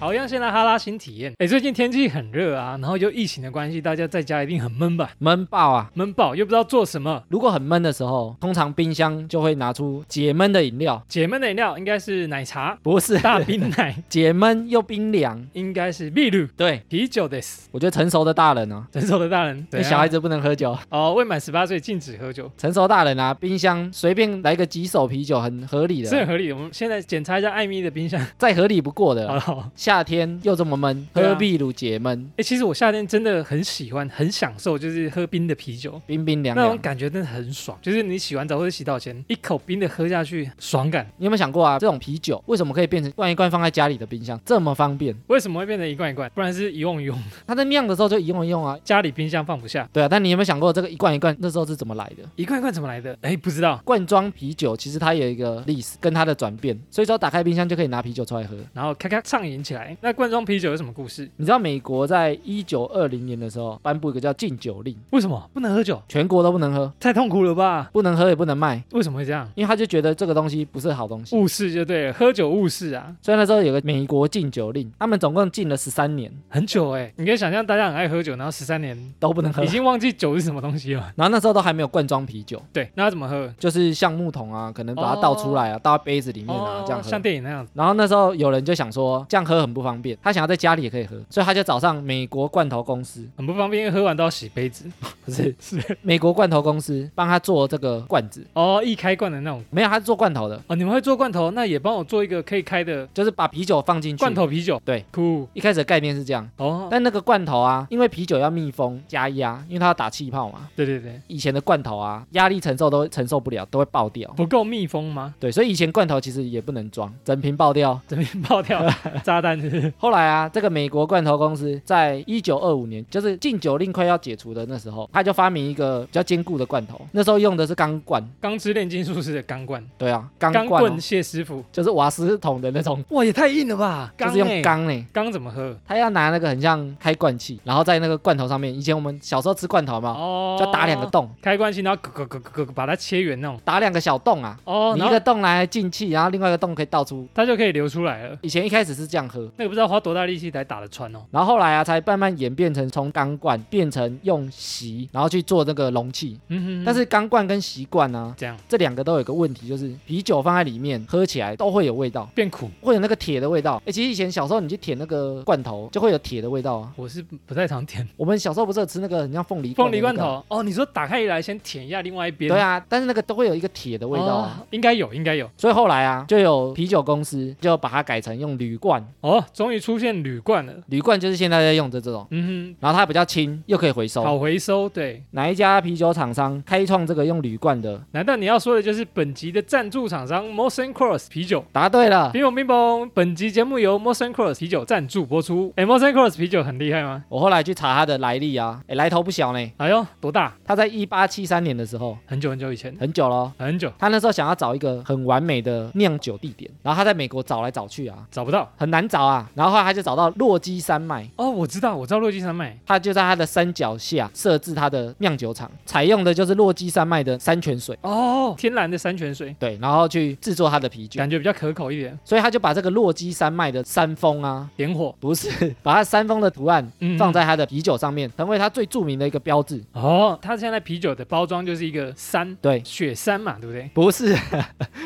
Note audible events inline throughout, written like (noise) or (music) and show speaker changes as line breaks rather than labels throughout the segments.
好，一样先来哈拉新体验。哎，最近天气很热啊，然后又疫情的关系，大家在家一定很闷吧？
闷爆啊！
闷爆，又不知道做什么。
如果很闷的时候，通常冰箱就会拿出解闷的饮料，，
解闷的饮料应该是奶茶
不是
大冰奶
解闷又冰凉。
应该是秘鲁
对，
啤酒的死。
我觉得成熟的大人啊，
成熟的大人，哎
那小孩
子
子不能喝酒。
哦，未满十八岁禁止喝酒，
成熟大人啊，冰箱随便来个几手啤酒，很合理
是很
的，啊
合理的。我们现在检查一下艾米的冰箱，
再合理不过的
好
了。
了。好
夏天又这么闷，
啊对啊
喝秘鲁解闷，
哎，其实我夏天真的很喜欢，很享受，就是喝冰的啤酒。
冰冰凉
那种
凉。
感觉真的很爽，就是你洗完澡或者洗澡前一口冰的喝下去，爽感。
你有没有想过啊，这种啤酒为什么可以变成罐一罐放在家里的冰箱这么方便？
为什么会变成一罐一罐？不然是一瓮一瓮，
它在酿的时候就一用一用啊。
家里冰箱放不下。
对啊，但你有没有想过这个一罐一罐那时候是怎么来的？
一罐一罐怎么来的？哎，不知道。
罐装啤酒其实它有一个历史跟它的转变，所以说打开冰箱就可以拿啤酒出来喝。
然后咔咔畅饮起来。那罐装啤酒有什么故事？
你知道美国在一九二零年的时候颁布一个叫禁酒令，
为什么不能喝酒？
全国都不能喝，
太痛苦了吧？
不能喝也不能卖，
为什么会这样？
因为他就觉得这个东西不是好
(laughs)
东西。
误事就对了，喝酒误事啊，
所以那时候有个美国禁酒令，他们总共禁了十三年
很久哎、你可以想象大家很爱喝酒，然后十三年
都不能喝
已，经忘记酒是什么东西 (laughs) 了。
然后那时候都还没有罐装啤酒，
对，那要怎么喝？
就是橡木桶啊，可能把它倒出来啊，倒到杯子里面啊，这样喝
哦像。电影那样子。
然后那时候有人就想说，这样喝很不方便，他想要在家里也可以喝，所以他就找上美国罐头公司，
很不方便，因为喝完都要洗杯 (laughs) 子。
不是
是
美国罐头公司帮他做这个罐子，
哦，易开罐的那种。
没有，他是做罐头的，
哦，你们会做罐头，那也帮我做一个可以开的
就是把啤酒放进去。
罐头啤酒。
对，
酷
一开始的概念是这样，
哦。
但那个罐头啊，因为啤酒要密封加压，因为它要打气泡嘛。
对对对，
以前的罐头啊，压力承受都承受不了，都会爆掉。
不够密封吗？ (laughs)
对，所以以前罐头其实也不能装，整瓶爆掉。
整边爆 (laughs) 掉炸弹是不是
后来啊，这个美国罐头公司在一九二五年，就是禁酒令快要解除的那时候，他就发明一个比较坚固的罐头。那时候用的是钢罐，
钢之炼金术师的钢罐，
对啊，钢
钢
罐哦、
棍谢师傅，
就是瓦斯桶的那种，
哇，也太硬了吧！
就
钢、欸
是用，钢呢、
钢怎么喝？
他要拿那个很像开罐器，然后在那个罐头上面。以前我们小时候吃罐头嘛，
哦
啊就打两个，洞，
开关器，然后咯咯咯咯咯把它切圆那种，
打两个小洞啊，
哦，
你
然
一
后
个洞来进气，然后另外一个洞可以倒出。
它就可以流出来了。
以前一开始是这样喝，
那个不知道花多大力气才打得穿哦。
然后后来啊，才慢慢演变成从钢罐变成用席，然后去做那个容器。
嗯哼
但是钢罐跟席罐啊，
这样
这两个都有一个问题，就是啤酒放在里面喝起来都会有味道，
变苦，
会有那个铁的味道。哎，其实以前小时候你去舔那个罐头，就会有铁的味道啊。
我是不太常舔
我们小时候不是有吃那个很像凤梨
凤梨
的
罐
那个？
头。哦，你说打开一来先舔一下另外一边，
对啊，但是那个都会有一个铁的
哦，
味道啊。
应该有，应该有。
所以后来啊，就有啤酒公司就把它改成用铝罐，
哦，终于出现铝罐了。
铝罐就是现在在用的这种，
嗯
然后它比较轻，又可以回
哼，
收。
好回收。对，
哪一家啤酒厂商开创这个用铝罐的？
难道你要说的就是本集的赞助厂商 Motion Cross 啤酒？
答
(laughs)
对了，
冰蹦冰蹦，本集节目由 Motion Cross 啤酒赞助播出。哎，Motion Cross 啤酒很厉害吗？
我后来去查它的来历啊，诶，来头不小呢。
哎呦，多大？
它在一八七三年的时候，
很久很久以前，
很久咯。
很久
他那时候想要找一个很完美的酿酒地点，然后他在美国找来找去啊，
找不到。
很难找啊。然后后来他就找到落基山脉，
哦，我知道，我知道落基山脉。
他就在他的山脚下设置他的酿酒厂，采用的就是落基山脉的山泉水。
哦，天然的山泉水，
对，然后去制作他的啤酒，
感觉比较可口一点。
所以他就把这个落基山脉的山峰啊，
点火，
不是把它山峰的图案
嗯
放在他的啤酒上面，成为他最著名的一个标志。
哦，它现在啤酒的包装就是一个山，
对，
雪山嘛，对不对？
不是，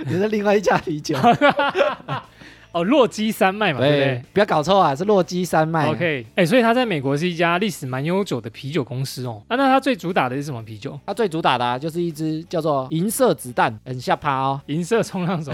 你是另外一家啤 (laughs) 酒，
哦，落基山脉嘛，对不对
对，不要搞错啊，是落基山脉。
？OK，哎、所以它在美国是一家历史蛮悠久的啤酒公司哦。啊，那它最主打的是什么啤酒？
它最主打的、啊、就是一支叫做银色子弹，很下趴哦。
银色冲浪
(laughs)
手，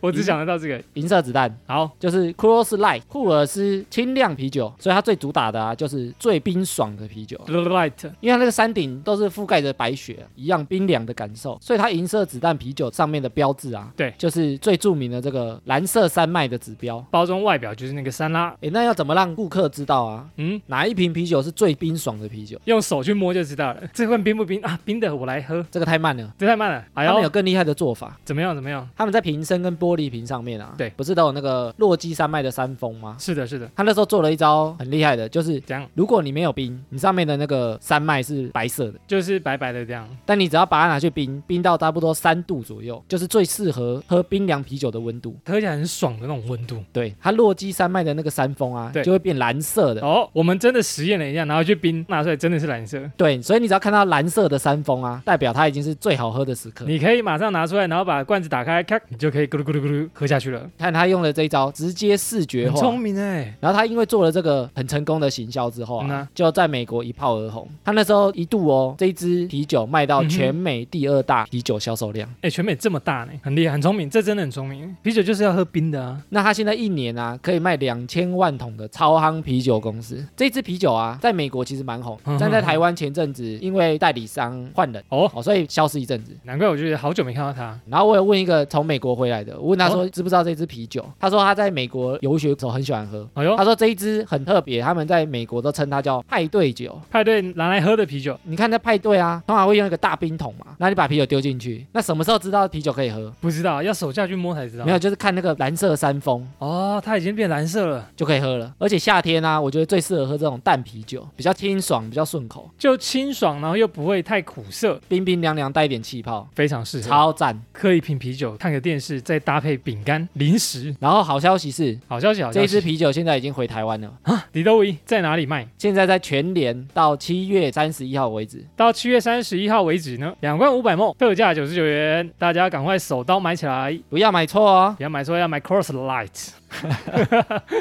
我只想得到这个。
银色子弹
好，
就是 Cross Light 库尔斯轻量啤酒，所以它最主打的啊就是最冰爽的啤酒，
Blue Light，
因为它那个山顶都是覆盖着白雪，一样冰凉的感受，所以它银色子弹啤酒上面的标志啊，
对
就是最著名的这个蓝色山脉的指标。
包装外表就是那个山拉，
诶，那要怎么让顾客知道啊？
嗯，
哪一瓶啤酒是最冰爽的啤酒？
用手去摸就知道了。这罐冰不冰啊？冰的我来喝，
这个太慢了，
这太慢了。哎
他们有
呦，
更厉害的做法，
怎么样怎么样？
他们在瓶身跟玻玻璃瓶上面啊，
对
不是都有那个落基山脉的山峰吗？
是的，是的，
他那时候做了一招很厉害的，就是
这样
如果你没有冰，你上面的那个山脉是白色的，
就是白白的这样，
但你只要把它拿去冰，冰到差不多三度左右，就是最适合喝冰凉啤酒的温度。
喝起来很爽的那种温度。
对，它落基山脉的那个山峰啊，
对
就会变蓝色的。
哦，我们真的实验了一下，然后去冰拿出来，真的是蓝色。
对，所以你只要看到蓝色的山峰啊，代表它已经是最好喝的时刻。
你可以马上拿出来，然后把罐子打开，咔，你就可以咕噜咕噜咕噜喝下去了。
看他用了这一招，直接视觉
很
化。
聪明哎，
然后他因为做了这个很成功的行销之后啊，
嗯啊
就在美国一炮而红。他那时候一度哦，这一支啤酒卖到
嗯哼
全美第二大啤酒销售量。
哎，全美这么大呢，很厉害，很聪明，这真的很聪明。啤酒就是要喝冰的啊，
那他现在一年啊，可以卖两千万桶的超夯啤酒公司。这支啤酒啊，在美国其实蛮红
嗯，哼
但在台湾前阵子因为代理商换人
哦
哦，所以消失一阵子。
难怪我觉得好久没看到它。
然后我有问一个从美国回来的，我问他说
哦
知不知道这支啤酒，他说他在美国游学的时候很喜欢喝。
哎呦
他，说这一支很特别，他们在美国都称它叫派对酒。
派对拿来喝的啤酒，
你看在派对啊，通常会用一个大冰桶嘛，那你把啤酒丢进去，那什么时候知道啤酒可以喝？
不知道要手下去摸才知道。
没有，就是看那个蓝色山峰
哦，它已经变蓝色了，
就可以喝了。而且夏天啊，我觉得最适合喝这种淡啤酒，比较清爽，比较顺口，
就清爽，然后又不会太苦涩，
冰冰凉凉，带一点气泡，
非常适合。
超赞。
喝一瓶啤酒，看个电视，再搭配饼干、零食。
然后好消息是，
好消息，好
这
消
一支
息！
啤酒现在已经回台湾了，
李德维在哪里卖？
现在在全联到七月三十一号为止。
到七月三十一号为止呢，两罐五百梦特价九十九元，大家赶快手刀买起来！
不要买错哦， (laughs)
不要买错，要买 Cross Light，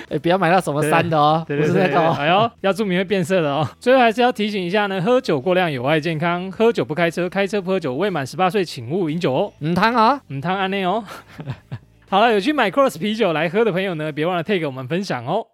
哎，不要买到什么山的哦，不
对对
是
对
那
对
个哦。
哎呦，要注明会变色的哦。最后还是要提醒一下呢，喝酒过量有害健康，喝酒不开车，开车不喝酒，未满十八岁请勿饮酒哦。
嗯，汤啊，
嗯，汤安内哦。 (laughs) 好了，有去买 Cross 啤酒来喝的朋友呢，别忘了 take 我们分享哦。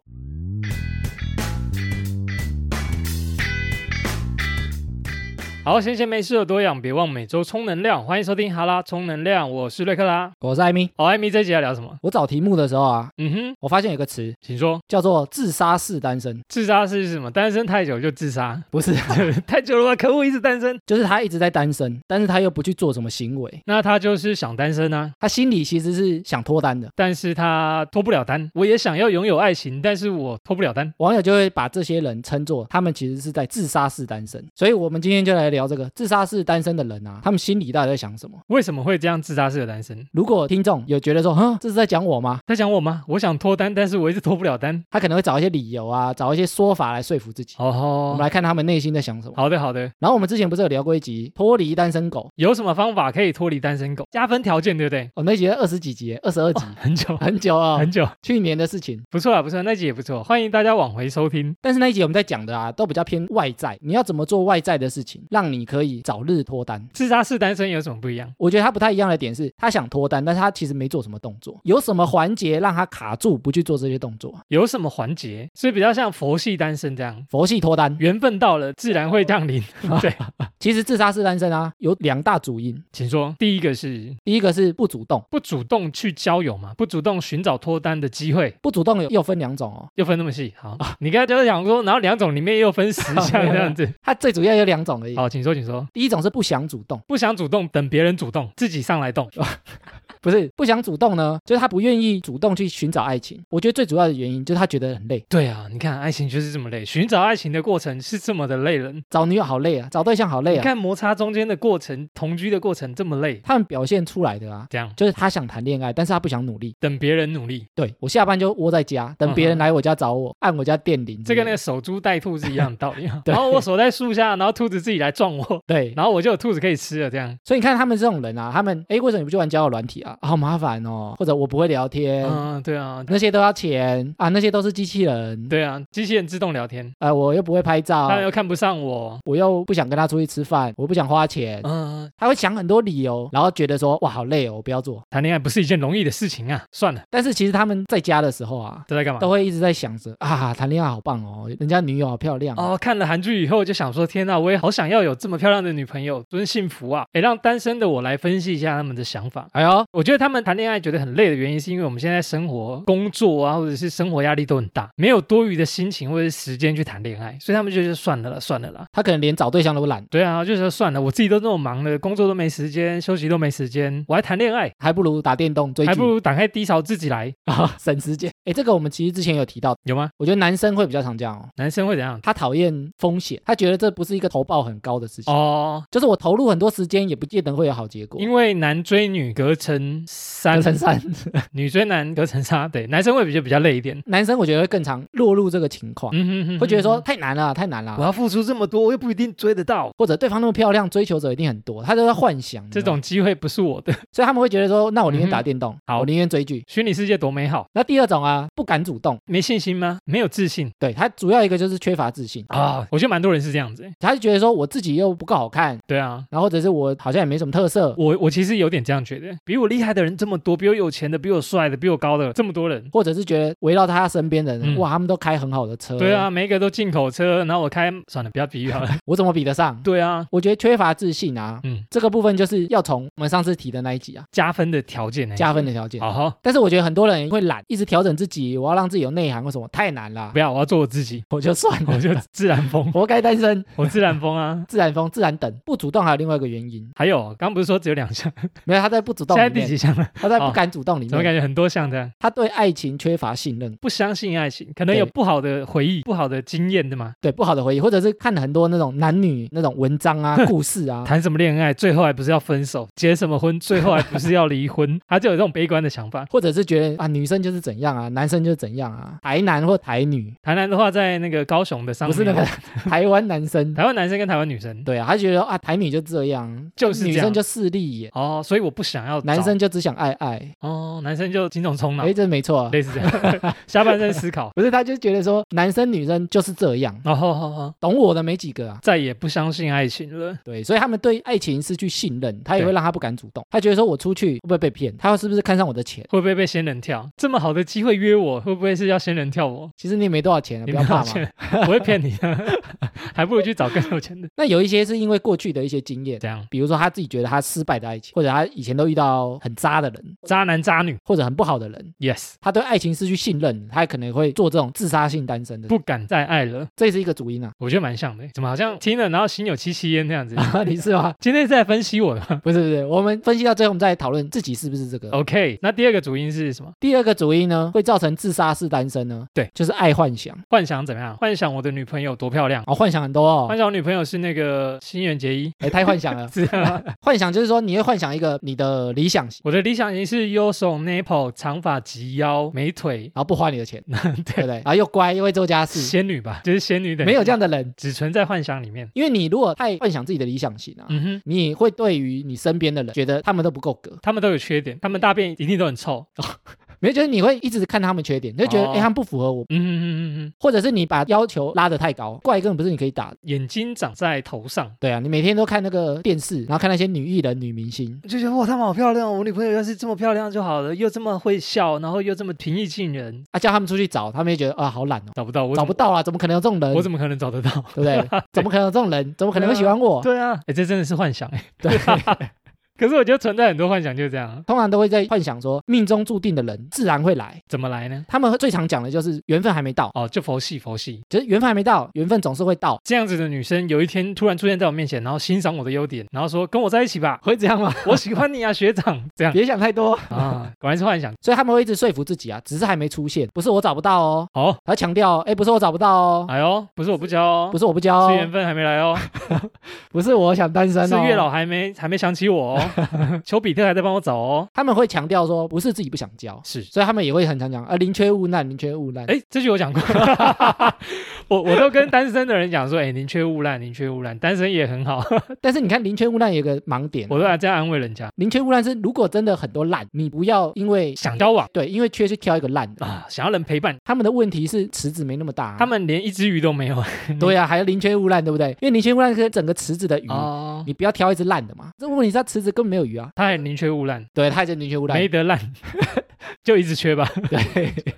好，闲闲没事有多养，别忘每周充能量。欢迎收听哈拉充能量，我是瑞克拉。
我是艾米。
好，艾米这一集要聊什么？
我找题目的时候啊，
嗯哼，
我发现有个词
请说。
叫做“自杀式单身，
自杀是什么？单身太久就自杀”， (laughs)
不是。 (laughs)
太久了吧？可恶，一直单身。
就是他一直在单身，但是他又不去做什么行为，
那他就是想单身啊，
他心里其实是想脱单的。
但是他脱不了单。我也想要拥有爱情，但是我脱不了单。
网友就会把这些人称作他们其实是在自杀式单身，所以我们今天就来聊这个自杀式单身的人啊，他们心里到底在想什么？
为什么会这样自杀式的单身？
如果听众有觉得说，哼，这是在讲我吗？
在讲我吗？我想脱单，但是我一直脱不了单。
他可能会找一些理由啊，找一些说法来说服自己。我们
哦，
来看他们内心在想什么。
好的好的，
然后我们之前不是有聊过一集脱离单身狗，
有什么方法可以脱离单身狗？加分条件对不对？ (laughs)
哦，那集二十几集，二十二集， (laughs)
很久
很久啊、
很久，
去年的事情。
不错啊不错啊，那集也不错，欢迎大家往回收听。
但是那一集我们在讲的啊，都比较偏外在，你要怎么做外在的事情，让你可以早日脱单。
自杀式单身有什么不一样？
我觉得他不太一样的点是，他想脱单，但是他其实没做什么动作。有什么环节让他卡住不去做这些动作啊？
有什么环节是比较像佛系单身这样？
佛系脱单，
缘分到了自然会降临。对，
其实自杀式单身啊，有两大主因。
请说。第一个是
第一个是不主动，
不主动去交友嘛，不主动寻找脱单的机会，
不主动有又分两种哦，
又分那么细。好，你刚才就是想说，然后两种里面又分十项这样子。
它最主要有两种而已。
好，请说，请说。
第一种是不想主动，
不想主动，等别人主动，自己上来动。
不是不想主动呢，就是他不愿意主动去寻找爱情。我觉得最主要的原因就是他觉得很累，
对啊，你看爱情就是这么累，寻找爱情的过程是这么的累人。
找女友好累啊，找对象好累
你
啊。
看摩擦中间的过程，同居的过程这么累，
他们表现出来的啊，
这样
就是他想谈恋爱，但是他不想努力。
等别人努力，
对我下班就窝在家，等别人来我家找我，按我家电铃之
嗯这
类的。
跟那个守株待兔是一样的道理啊。
嗯对
(laughs) 然后我守在树下，然后兔子自己来撞我，
对，
然后我就有兔子可以吃了。这样，
所以你看他们这种人啊，他们哎，诶为什么你不去玩交友软体啊？啊好麻烦哦，或者我不会聊天，
嗯，对啊，
那些都要钱啊，那些都是机器人，
对啊，机器人自动聊天，
呃，我又不会拍照，
他又看不上我。
我又不想跟他出去吃饭，我不想花钱，
嗯，
他会想很多理由，然后觉得说哇好累哦，我不要做。
谈恋爱不是一件容易的事情啊。算了，
但是其实他们在家的时候啊，
都在干嘛
都？会一直在想着啊，谈恋爱好棒哦，人家女友好漂亮哦。
哦，看了韩剧以后就想说，天呐，我也好想要有这么漂亮的女朋友，真幸福啊！诶，让单身的我来分析一下他们的想法。
哎呦，
我觉得他们谈恋爱觉得很累的原因，是因为我们现在生活、工作啊，或者是生活压力都很大，没有多余的心情或者是时间去谈恋爱，所以他们就觉得算了啦，算了啦。
他可能连找对象都懒，
对啊，就觉得算了，我自己都这么忙了，工作都没时间，休息都没时间，我还谈恋爱，
还不如打电动追
还不
剧
如打开低潮自己来啊，
省时间。哎，这个我们其实之前有提到，
有吗？
我觉得男生会比较常这样哦，
男生会怎样？
他讨厌风险，他觉得这不是一个投报很高的事情，
哦，
就是我投入很多时间也不见得会有好结果。
因为男追女隔层山
隔，层山，
女追男隔层纱，对，男生会比较比较累一点。
男生我觉得会更常落入这个情况，
嗯哼哼
会觉得说
哼
太难了，太难
我
了，
要付出这么多，我又不一定追得到，
或者对方那么漂亮，追求者一定很多，他都在幻想你知
这
道吗
种机会不是我的。 (laughs)
所以他们会觉得说，那我宁愿
嗯哼
打电动，
好
我宁愿追剧。
虚拟世界多美好，
那第二种啊，不敢主动，
没信心吗？没有自信
对他主要一个就是缺乏自信，
啊、我觉得蛮多人是这样子欸。
他就觉得说我自己又不够好看，
对啊，
然后或者是我好像也没什么特色，
我我其实有点这样觉得，比我厉害的人这么多，比我有钱的，比我帅的，比我高的这么多人。
或者是觉得围绕他身边的人，
嗯
哇，他们都开很好的车，
对啊，，每一个都进口车，然后我开，算了，不要比喻好 (laughs) 了。
我怎么比得上？
对啊，
我觉得缺乏自信啊，
嗯
这个部分就是要从我们上次提的那一集啊，
加分的条件呢？
加分的条件。
哎好好，
但是我觉得很多人会懒，一直调整自己，我要让自己有内涵或什么，太难了啊
不，要，我要做我自 (laughs) 己，
我就算了，
我就自然风，
活该单身，
我自然风啊。
自然风自然等。不主动还有另外一个原因，
还有，刚不是说只有两 (laughs) 项，
没有他在不主动
现
里
在第
面，
几项了？
他在
哦
不敢主动里
怎么
面，
感觉很多项的？
他对爱情缺乏信任，
不相信爱情，可能有
对
不好的回忆、不好的经验的嘛。
对不好的回忆，或者是看了很多那种男女那种文章
(laughs)
啊、故事啊，
谈什么恋爱，最后还不是要分手；结什么婚，最后还不是要离婚？ (laughs) 他就有这种悲观的想法。
或者是觉得啊女生就是怎样啊，男生就是怎样啊，台男或台女，
台南的话，在那个高雄的上
不
面，哦
是那个台湾男
(laughs)
生，
台湾男生跟台湾女生
对啊，他觉得啊台女就这样，
就是这
女
样
生就势利眼，
哦，所以我不想要找
男生就只想爱爱，
哦，男生就精虫充脑
哎，，这没错啊。
类似这
(laughs)
样，下半身思考。 (laughs)
不是，他就觉得说男生女生就是这样，
然后，好好
懂我的没几个啊。
再也不相信爱情了。
对，所以他们对爱情失去信任，他也
对
会让他不敢主动。他觉得说我出去会不会被骗？他是不是看上我的钱？
会不会被仙人跳？这么好的机会约我，会不会是要仙人跳我？
其实你也没多少钱啊，
你
不要
没
怕嘛
有。钱，我会骗你， (laughs) 还不如去找更有钱的。
那有一些是因为过去的一些经验，
这样，
比如说他自己觉得他失败的爱情，或者他以前都遇到很渣的人，
渣男渣女
或者很不好的人，
，yes，
他对爱情失去信任，他可能会做这种自杀性单身的，
不敢再爱了。
这是一个主因啊。 (laughs)
我觉得蛮像的，欸怎么好像听了然后心有戚戚焉那样子？
你是吗？
今天是在分析我的。 (laughs)
不是不是，我们分析到最后，我们再讨论自己是不是这个。
OK，那第二个主因是什么？
第二个主因呢，会造成自杀式单身呢？
对，
就是爱幻想
幻想怎么样？幻想我的女朋友多漂亮，
哦，幻想很多哦
幻，想我女朋友是那个新垣结
(laughs)
衣，
哎，太幻
(laughs)。
想了
是啊，
幻想就是说，你会幻想一个你的理想型，
我的理想型是优手 nipple，长发及腰，美腿，
然后不花你
(laughs)
的钱，对不对？然后又乖，又会做家事，
仙女吧，就是仙女的，
没有这样的人，
只存在幻想里面。
因为你如果太幻想自己的理想型啊，
嗯哼，
你会对于你身边的人觉得他们都不够格，
他们都有缺点，他们大便一定都很臭。
没有，就是你会一直看他们缺点，你就觉得
哦
哎、诶他们不符合我，
嗯哼哼哼哼，
或者是你把要求拉得太高，怪根本不是你可以打的。
眼睛长在头上。
对啊，你每天都看那个电视，然后看那些女艺人、女明星，
就觉得哇，她们好漂亮！我女朋友要是这么漂亮就好了，又这么会笑，然后又这么平易近人，
啊，叫他们出去找，他们就觉得啊，好懒哦，
找不到我怎
找
么
不到啊，怎么可能有这种人？
我怎么可能找得到？
对不对？怎么可能有这种人？怎么可能会喜欢我？
(laughs) 对啊，哎、这真的是幻想哎、 (laughs)
对， (laughs)
可是我觉得存在很多幻想就是这样啊，
通常都会在幻想说命中注定的人自然会来。
怎么来呢？
他们最常讲的就是缘分还没到，
哦，就佛系佛系，
就是缘分还没到，缘分总是会到，
这样子的女生有一天突然出现在我面前，然后欣赏我的优点，然后说跟我在一起吧，
会这样吗？
我喜欢你啊， (laughs) 学长，这样
别想太多。
啊，果然是幻想。
所以他们会一直说服自己啊，只是还没出现，不是我找不到哦。
哦，
他强调，哎，不是我找不到哦，
哎呦，不是我不交哦
不，是我不交
是
哦
缘，分还没来
(laughs)
哦，
不是我想单身
是
哦。
月老还没还没想起我哦，
(laughs)
丘比特还在帮我找哦，
他们会强调说，不是自己不想交，
是。
所以他们也会很常讲，啊，宁缺毋滥，宁缺毋滥。
哎，这句我讲过， (laughs) 我我都跟单身的人讲说，哎，宁缺毋滥，宁缺毋滥，单身也很好， (laughs)
但是你看，宁缺毋滥有个盲点，
我都还这样安慰人家，
宁缺毋滥是如果真的很多烂，你不要因为
想交往
对，因为缺去挑一个烂的。
啊，想要人陪伴，
他们的问题是池子没那么大、啊
他们连一只鱼都没有
对啊，还要宁缺毋滥，对不对？因为宁缺毋滥是整个池子的鱼，
哦，
你不要挑一只烂的嘛。这问题是它池子根本没有鱼啊，
(laughs) 他还宁缺毋滥，
对，它已经宁缺毋滥 (laughs)
没。得烂， (laughs) 就一直缺吧。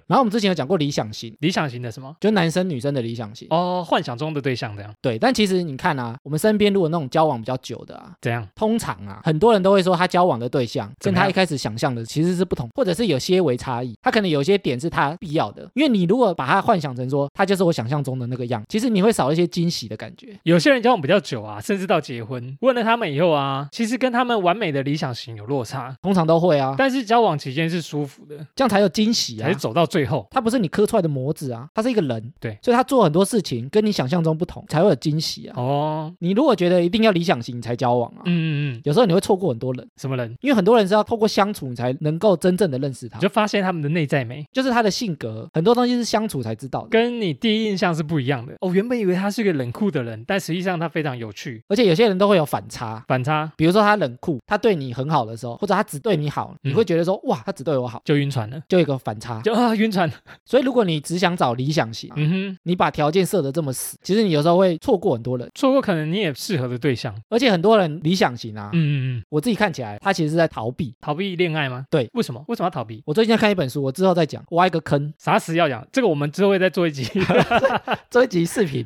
然后我们之前有讲过理想型，
理想型的什么？
就男生女生的理想型。
哦，幻想中的对象怎样？
对，但其实你看啊，我们身边如果那种交往比较久的啊，
怎样？
通常啊，很多人都会说他交往的对象
怎
跟
么样
他一开始想象的其实是不同，或者是有些微差异。他可能有些点是他必要的，因为你如果把他幻想成说他就是我想象中的那个样，其实你会少一些惊喜的感觉。
有些人交往比较久啊，甚至到结婚，问了他们以后啊，其实跟他们完美的理想型有落差，
通常都会啊，
但是交往期间是舒服的，
这样才有惊喜啊
才。走到最后。
他不是你刻出来的模子啊，他是一个人，
对，
所以他做很多事情跟你想象中不同，才会有惊喜啊。
哦，
你如果觉得一定要理想型你才交往啊，
嗯嗯嗯，
有时候你会错过很多人，
什么人？
因为很多人是要透过相处你才能够真正的认识他
你，就发现他们的内在美
就是他的性格，很多东西是相处才知道的。
跟你第一印象是不一样的。哦，原本以为他是个冷酷的人，但实际上他非常有趣，
而且有些人都会有反差，
反差
比如说他冷酷，他对你很好的时候，或者他只对你好，
嗯
你会觉得说哇，他只对我好，
就晕船了，
就有一个反差。
就啊晕船。
所以如果你只想找理想型啊，
嗯哼，
你把条件设得这么死，其实你有时候会错过很多人。
错过可能你也适合的对象。
而且很多人理想型啊，
嗯嗯嗯，
我自己看起来他其实是在逃避。
逃避恋爱吗？
对，
为什么？为什么要逃避？
我最近在看一本书，我之后再讲，挖一个坑，
啥死要养？这个我们之后会再做一集。
(laughs)
(laughs)
这一集视频。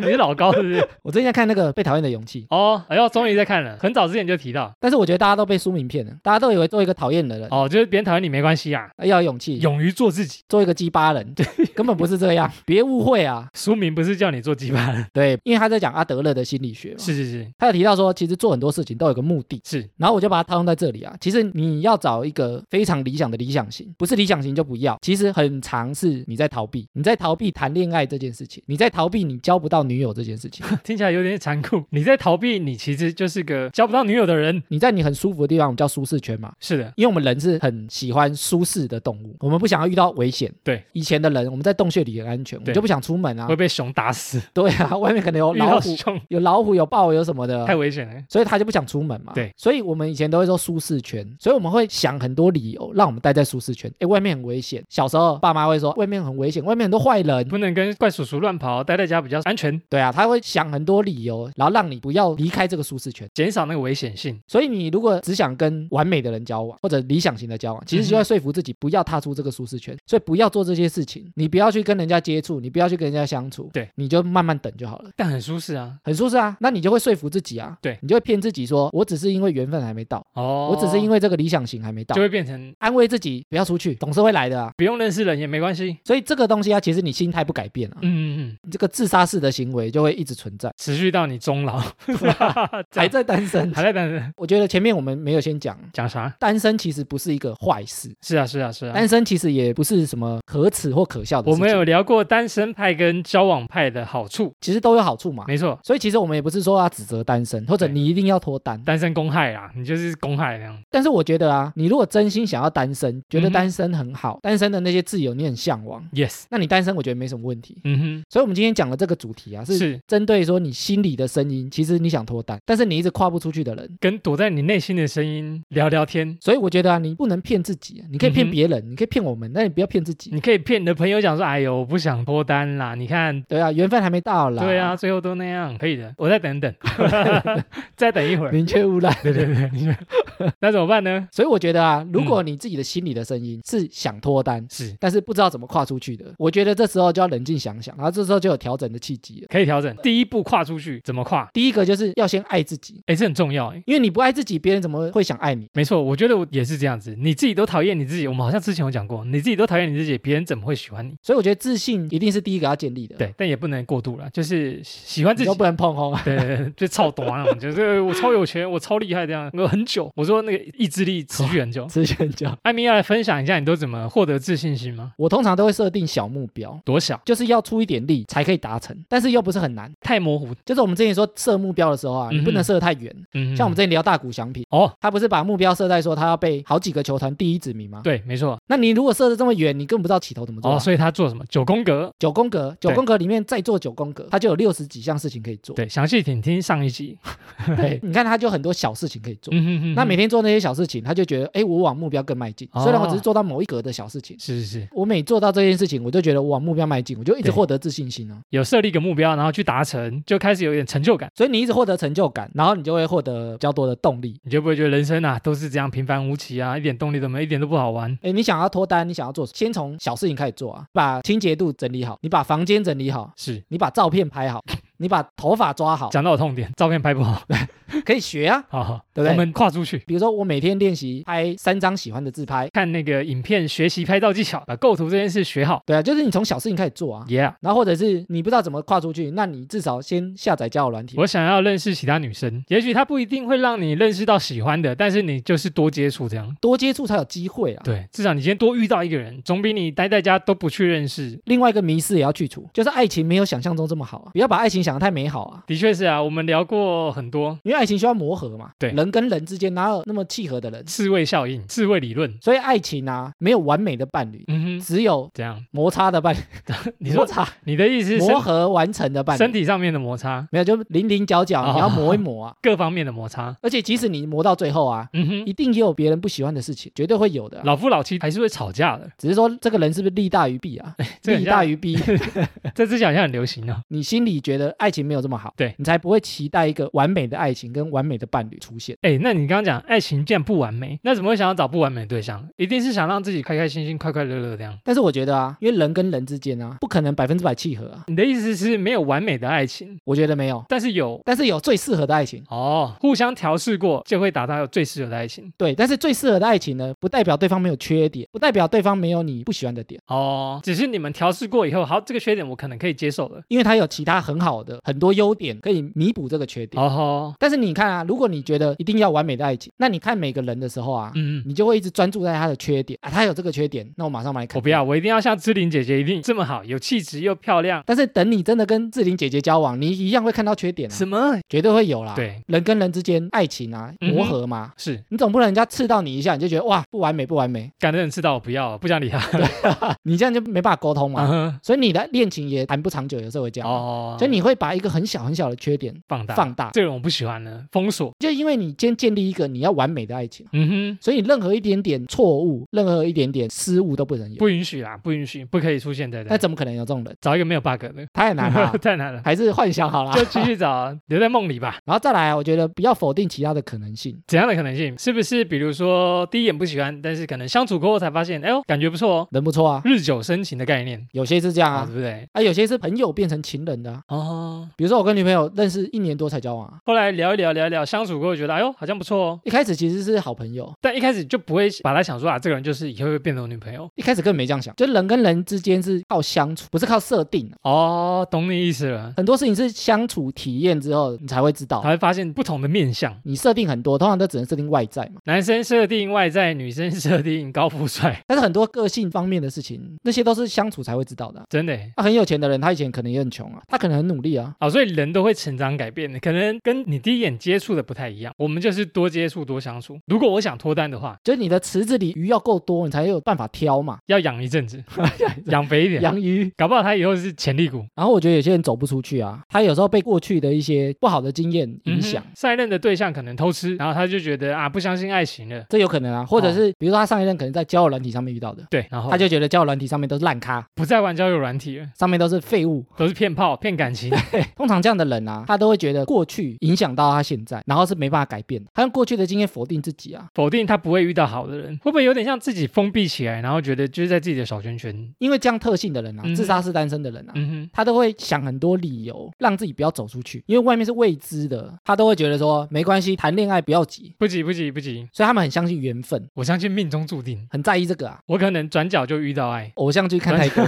你是老高是不是？
我最近在看那个《被讨厌的勇气》，
哦，哎呦，终于在看了，很早之前就提到。
但是我觉得大家都被书名骗了，大家都以为做一个讨厌的人。
哦，就是别人讨厌你没关系啊，
要有勇气，
勇于做自己。
做一个鸡巴人，根本不是这样， (laughs) 别误会啊。
书名不是叫你做鸡巴人，
对，因为他在讲阿德勒的心理学嘛，
是是是
他有提到说，其实做很多事情都有个目的。
是，
然后我就把它套用在这里啊。其实你要找一个非常理想的理想型，不是理想型就不要。其实很常是你在逃避，你在逃避谈恋爱这件事情，你在逃避你交不到女友这件事情， (laughs)
听起来有点残酷。你在逃避，你其实就是个交不到女友的人。
你在你很舒服的地方，我们叫舒适圈嘛。
是的，
因为我们人是很喜欢舒适的动物，我们不想要遇到危险。
对，
以前的人我们在洞穴里很安全，我
对
们就不想出门啊
会。被熊打死，
对啊，外面可能有
遇
老
到
虎，
熊
有老虎，有豹，有什么的啊
太。危险了。
所以他就不想出门嘛。
对，
所以我们以前都会说舒适圈，所以我们会想很多理由让我们待在舒适圈。诶，外面很危险。小时候爸妈会说外面很危险，外面很多坏人。
不能跟怪叔叔乱跑，待在家比较安全，
对啊，他会想很多理由，然后让你不要离开这个舒适圈。
减少那个危险性。
所以你如果只想跟完美的人交往，或者理想型的
嗯
交往，其实就要说服自己不要踏出这个舒适圈，所以不要做这些事情，你不要去跟人家接触，你不要去跟人家相处，
对，
你就慢慢等就好了。
但很舒适啊。
很舒适啊，那你就会说服自己啊，
对
你就会骗自己说，我只是因为缘分还没到，
哦，
我只是因
为
为这个理想型还没到
就，会变成
安慰自己不要出去，总是会来的啊。
不用认识人也没关系。
所以这个东西啊，其实你心态不改变啊，
嗯嗯嗯，
你这个自杀式的行为就会一直存在，
持续到你终
(laughs)
老，
还在单身。
还在等
我觉得前面我们没有先讲，
讲啥？
单身其实不是一个坏事，
是啊是啊是啊。
单身其实也不是什么可耻或可笑的
我
事情，
们有聊过单身派跟交往派的好处，
其实都有好处嘛。
没错，
所以其实我们也不是说要指责单身，或者
对
你一定要脱单。
单身公害啊，你就是公害那样。
但是我觉得啊，你如果真心想要单身，觉得
嗯哼
单身很好，单身的那些自由你很向往，
Yes，
那你单身我觉得没什么问题。
嗯
所以我们今天讲的这个主题啊，
哼，
是
是
针对说你心里的声音，其实你想脱单，但是你一直跨不出去的人。
跟躲在你内心的声音聊聊天。
所以我觉得啊，你不能骗自己，啊你可以
嗯
骗
哼嗯
别人，你可以骗我们，但你不要骗自己。
你可以骗你的朋友讲说：“哎呦，我不想脱单啦，你看，
对啊，缘分还没到啦。
对啊，，最后都那样，可以的，我再等 (laughs) 等，再等一会儿。
宁缺毋滥。
对对对，你 (laughs) 那怎么办呢？
所以我觉得啊，如
嗯
果你自己的心里的声音是想脱单，
是
但是不知道怎么跨出去的，我觉得这时候就要冷静想想，然后这时候就有调整的契机了。
可以调整，第一步跨出去怎么跨？
第一个就是要先爱自己，
哎，这很重要哎。
因为你不爱自己，别人怎么会想爱你？
没错，我觉得我也是这样子。你自己都讨厌你自己，我们好像之前有讲过，你自己都讨厌你自己，别人怎么会喜欢你？
所以我觉得自信一定是第一个要建立的。，
对，但也不能过度了，就是喜欢自
你
己
都。不能碰 (laughs) 哦。
对对对，就超懂啊，就是我超有钱，我超厉害这样，我很久，我说那个意志力持续 (laughs) 很久。
之前讲，
艾米要来分享一下，你都怎么获得自信心吗？
我通常都会设定小目标，
多小？
就是要出一点力才可以达成，但是又不是很难。
太模糊。
就是我们之前说设目标的时候啊，你不能
嗯哼
设得太远。
嗯，
像我们之前聊大谷翔平，
哦，
他不是把目标设在说他要被好几个球团第一指名吗？
对，没错，
啊那你如果设的这么远，你根本不知道起头怎么做啊、
哦，所以他做什么九宫格？
九宫格，九宫格里面再做九宫格，它就有六十几项事情可以做。
对，详细请听上一集。
对， (laughs) 你看它就很多小事情可以做。
嗯哦哼哼
那每
天
天做那些小事情，他就觉得，哎，我往目标更迈进。虽然我只是做到某一格的小事情，
是是是
我每做到这件事情，我就觉得我往目标迈进，我就一直
对
获得自信心啊。
有设立一个目标，然后去达成，就开始有一点成就感，
所以你一直获得成就感，然后你就会获得比较多的动力。
你就不会觉得人生啊都是这样平凡无奇啊，一点动力都没有，一点都不好玩。
哎，你想要脱单，你想要做，先从小事情开始做啊，把清洁度整理好，你把房间整理好，
是
你把照片拍好，你把头发抓好，
讲到我痛点，照片拍不好， (laughs)
可以学啊。
好好，
对不对
我们跨出去。
比如说，我每天练习拍三张喜欢的自拍，
看那个影片学习拍照技巧，把构图这件事学好。
对啊，就是你从小事情开始做啊。
Yeah，
然后或者是你不知道怎么跨出去，那你至少先下载交友软体。
我想要认识其他女生，也许她不一定会让你认识到喜欢的，但是你就是多接触这样。
多接触才有机会啊。
对，至少你今天多遇到一个人，总比你待在家都不去认识。
另外一个迷思也要去除，就是爱情没有想象中这么好啊！不要把爱情想得太美好啊，
的确是啊，我们聊过很多
因为爱情需要磨合嘛。
对
人跟人之间哪有那么契合的人？
刺猬效应、刺猬理论。
所以爱情啊，没有完美的伴侣，
嗯哼，
只有
这样
摩擦的伴侣。
(laughs) 你
摩
说
擦
你的意思是
磨
身
合完成的伴
身
侣，
体上面的摩擦，
没有就零零角角，
哦
你要磨一
(laughs)
磨啊。
各方面的摩擦。
而且即使你磨到最后啊，
嗯哼，
一定也有别人不喜欢的事情，绝对会有的啊、
老夫老妻还是会吵架 (laughs) 的，
只是说这个人是不是利大于弊啊？
(laughs) 这很
利大
像 (laughs)
于弊，
这之前好像很流行哦。
你心里觉得爱情没有这么好，
对
你才不会期待一个完美的爱情跟完美的伴侣出现。
哎，那你刚刚讲爱情既然不完美，那怎么会想要找不完美的对象？一定是想让自己开开心心、快快乐乐这样。
但是我觉得啊，因为人跟人之间啊，不可能百分之百契合啊，
你的意思是没有完美的爱情，
我觉得没有。
但是有
但是有最适合的爱情，
哦，互相调试过就会达到最适合的爱情
对，但是最适合的爱情呢，不代表对方没有缺点，不代表对方没有你不喜欢的点，
哦。只是你们调试过以后，好，这个缺点我可能可以接受了。
因为他有其他很好的很多优点可以弥补这个缺点。
哦吼，
但是你看啊，如果你觉得一定要完美的爱情，那你看每个人的时候啊，
嗯，
你就会一直专注在他的缺点啊，他有这个缺点，那我马上把你
我
砍
不。要，我一定要像芝玲姐姐一定这么好，有气质又漂亮。
但是等你真的跟志玲姐姐交往，你一样会看到缺点啊，
什么？
绝对会有啦。，
对，
人跟人之间爱情啊，
嗯哼
磨合嘛，
是
你总不能人家刺到你一下，你就觉得哇不完美不完美，
感觉很知道，我不要，不想理他。
你这样就没办法沟通嘛，
啊
所以你的恋情也谈不长久，有时候会这
哈 (laughs)
样。
哦，
所以你会把一个很小很小的缺点
放大
放大，
这个人我不喜欢了，封锁。
就因为你先建立一个你要完美的爱情，
嗯哼，
所以任何一点点错误，任何一点点失误都不能有。
不允许啦，不允许，不可以出现在
那
这。
怎么可能有这种人？
找一个没有 bug 的，，
太难了
(laughs) 太难了，
还是幻想好了。
就继续找，留在梦里吧。
然后再来啊，我觉得不要否定其他的可能性。
怎样的可能性？是不是比如说第一眼不喜欢，但是可能相处过后才发现，哎呦，感觉不错哦，
人不错
(laughs)
啊，
日久生情的概念
有些是这样
啊，
啊
对，不对？
啊，有些是朋友变成情人的啊、
哦，
比如说我跟女朋友认识一年多才交往、啊，
后来聊一聊，聊一聊，相处过后觉得，哎呦，好像不错哦。
一开始其实是好朋友，
但一开始就不会把他想说啊，这个人就是以后会变成我女朋友。
一开始根本没这样想，就人跟人之间是靠相处，不是靠设定啊、
哦，懂你意思了，
很多事情是相处体验之后你才会知道
才。会发现不同的面相。
你设定很多，通常都只能设定外在嘛。
男生设定外在，女生设定高富帅，
但是很多个性方面的事情，那些都是相处才会知道的啊、
真的耶。
那、很有钱的人，他以前可能也很穷啊，他可能很努力啊，
哦，所以人都会成长改变的，可能跟你第一眼接触的不太一样。我们就是多接触、多相处。如果我想脱单的话，
就是你的池子里鱼要够多，你才有办法挑嘛。
要养一阵
(laughs)
子，养肥一点，
养鱼，
搞不好他以后是潜力股
然后我觉得有些人走不出去啊，他有时候被过去的一些不好的经验影响，
嗯哼上一任的对象可能偷吃，然后他就觉得啊不相信爱情了，
这有可能啊，或者
哦
是比如说他上一任可能在交友软体上面遇到的，
对，然后
他就觉得交友软体上面都是烂咖，
不再玩交友软体了，
上面都是废物。 (laughs)
都是骗炮、骗感情。
通常这样的人啊，他都会觉得过去影响到他现在，然后是没办法改变的，他用过去的经验否定自己啊，
否定他不会遇到好的人，会不会有点像自己封闭起来，然后觉得就是在自己的小圈圈？
因为这样特性的人啊，
嗯哼
自杀式单身的人啊，
嗯
他都会想很多理由让自己不要走出去，因为外面是未知的，他都会觉得说没关系，谈恋爱不要急
哼，，不急不急不急，
所以他们很相信缘分，
我相信命中注定，
很在意这个啊。。
我可能转角就遇到爱 (laughs)
偶像剧看太 (laughs) 多，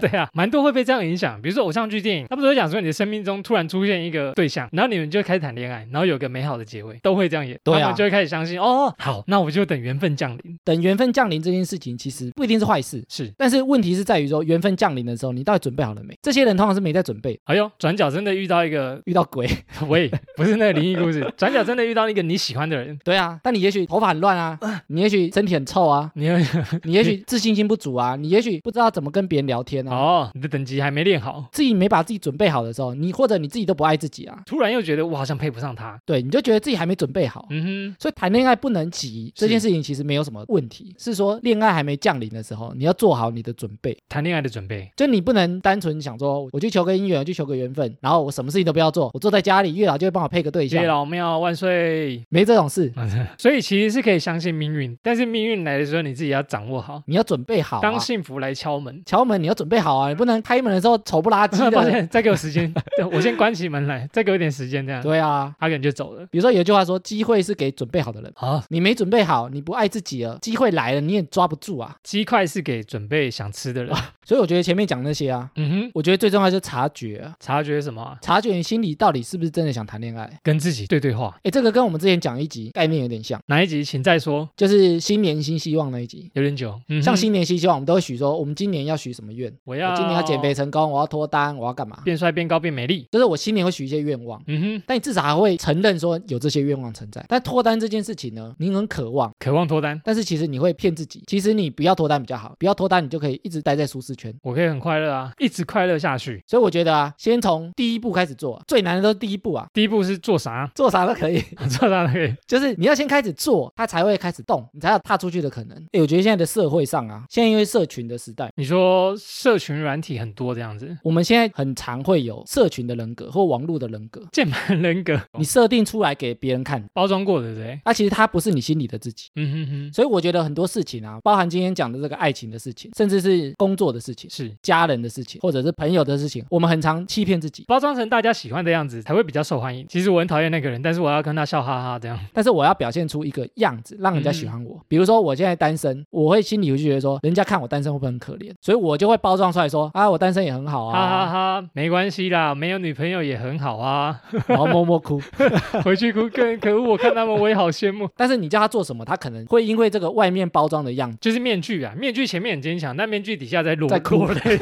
对啊，蛮多会被这样影响。比如说偶像剧、电影，他们都会讲说你的生命中突然出现一个对象，然后你们就开始谈恋爱，爱，然后有个美好的结尾，都会这样演，
对啊
他们就会开始相信哦，好，那我就等缘分降临。
等缘分降临这件事情，其实不一定是坏事。
是，
但是问题是在于说，缘分降临的时候，你到底准备好了没？这些人通常是没在准备，
哎呦，转角真的遇到一个，
遇到鬼。
喂，不是那个灵异故事，转角真的遇到一个你喜欢的人，
(laughs) 对啊，但你也许头发很乱 (laughs) 啊，你也许身体很臭啊，
你会
你也许自信心不足 (laughs) 啊，你也许不知道怎么跟别人聊天啊，
哦，你的等级还没练好，
自己没把自己准备好的时候，你或者你自己都不爱自己啊，
突然又觉得我好像配不上他，
对，你就觉得自己还没准备好。
嗯哼，
所以谈恋爱不能急，这件事情其实没有什么问题，是说恋爱还没降临的时候，你要做好你的准备。
谈恋爱的准备，
就你不能单纯想说，我去求个姻缘，我去求个缘分，然后我什么事情都不要做，我坐在家里，月老就会帮我配个对
谢
象，
老庙万
(laughs)
岁。
没这种事，
所以其实是可以相信命运，但是命运来的时候你自己要掌握好。
你要准备好、啊
当。幸福来敲门，
敲门你要准备好啊，你不能开门的时候丑不拉几
(laughs) 抱
的。
歉，再给我时间， (laughs) 对我先关起门来，再给我一点时间，这样
对啊，
他可能就走了。
比如说有一句话说，机会是给准备好的人。
好，
你没准备好，你不爱自己了，机会来了你也抓不住啊。
鸡块是给准备想吃的人。
所以我觉得前面讲那些啊，
嗯哼，
我觉得最重要就是察觉啊、
察觉什么、啊？
察觉你心里到底是不是真的想谈恋爱。
跟自己对对话。
哎，这个跟我们之前讲一集概念有点像，
哪一集请再说，
就是新年新希望那一集。
有点久。嗯哼
像新年新希望，我们都会许说，我们今年要许什么愿？
我
我
要
今年要减肥，成功，我要脱单，我要干嘛？
变帅、变高、变美丽。
就是我新年会许一些愿望，
嗯哼，
但你至少还会承认说有这些愿望存在。但脱单这件事情呢，你很渴望，
渴望脱单，
但是其实你会骗自己，其实你不要脱单比较好，不要脱单你就可以一直待在舒适圈。
我可以很快乐啊，一直快乐下去。
所以我觉得啊，先从第一步开始做啊，最难的都是第一步啊，
第一步是做啥？ (laughs)
做啥都可以，
做啥都可以。
就是你要先开始做，它才会开始动，你才有踏出去的可能。诶，我觉得现在的社会上啊，现在因为社群的时代。
你说社群软体很多这样子，
我们现在很常会有社群的人格或网络的人格，
键盘人格，
(laughs) 你设定出来给别人看，
包装过的对不对？
那、其实它不是你心里的自己。
嗯哼哼，
所以我觉得很多事情啊，包含今天讲的这个爱情的事情，甚至是工作的事情、
是
家人的事情，或者是朋友的事情，我们很常欺骗自己。
包装成大家喜欢的样子才会比较受欢迎。其实我很讨厌那个人，但是我要跟他笑哈哈这样。
但是我要表现出一个样子，让人家喜欢
嗯
我。比如说我现在单身，我会心里会觉得说，人家看我单身会不会很可怜？所以我就会包装出来说，啊，我单身也很好
哈哈
啊，
哈没关系啦，没有女朋友也很好啊。
然后默默哭。 (laughs)
回去哭更可恶，我看他们我也好羡慕。
但是你叫他做什么，他可能会因为这个外面包装的样子。
就是面具啊，面具前面很坚强，但面具底下在落
在哭
(laughs) 落泪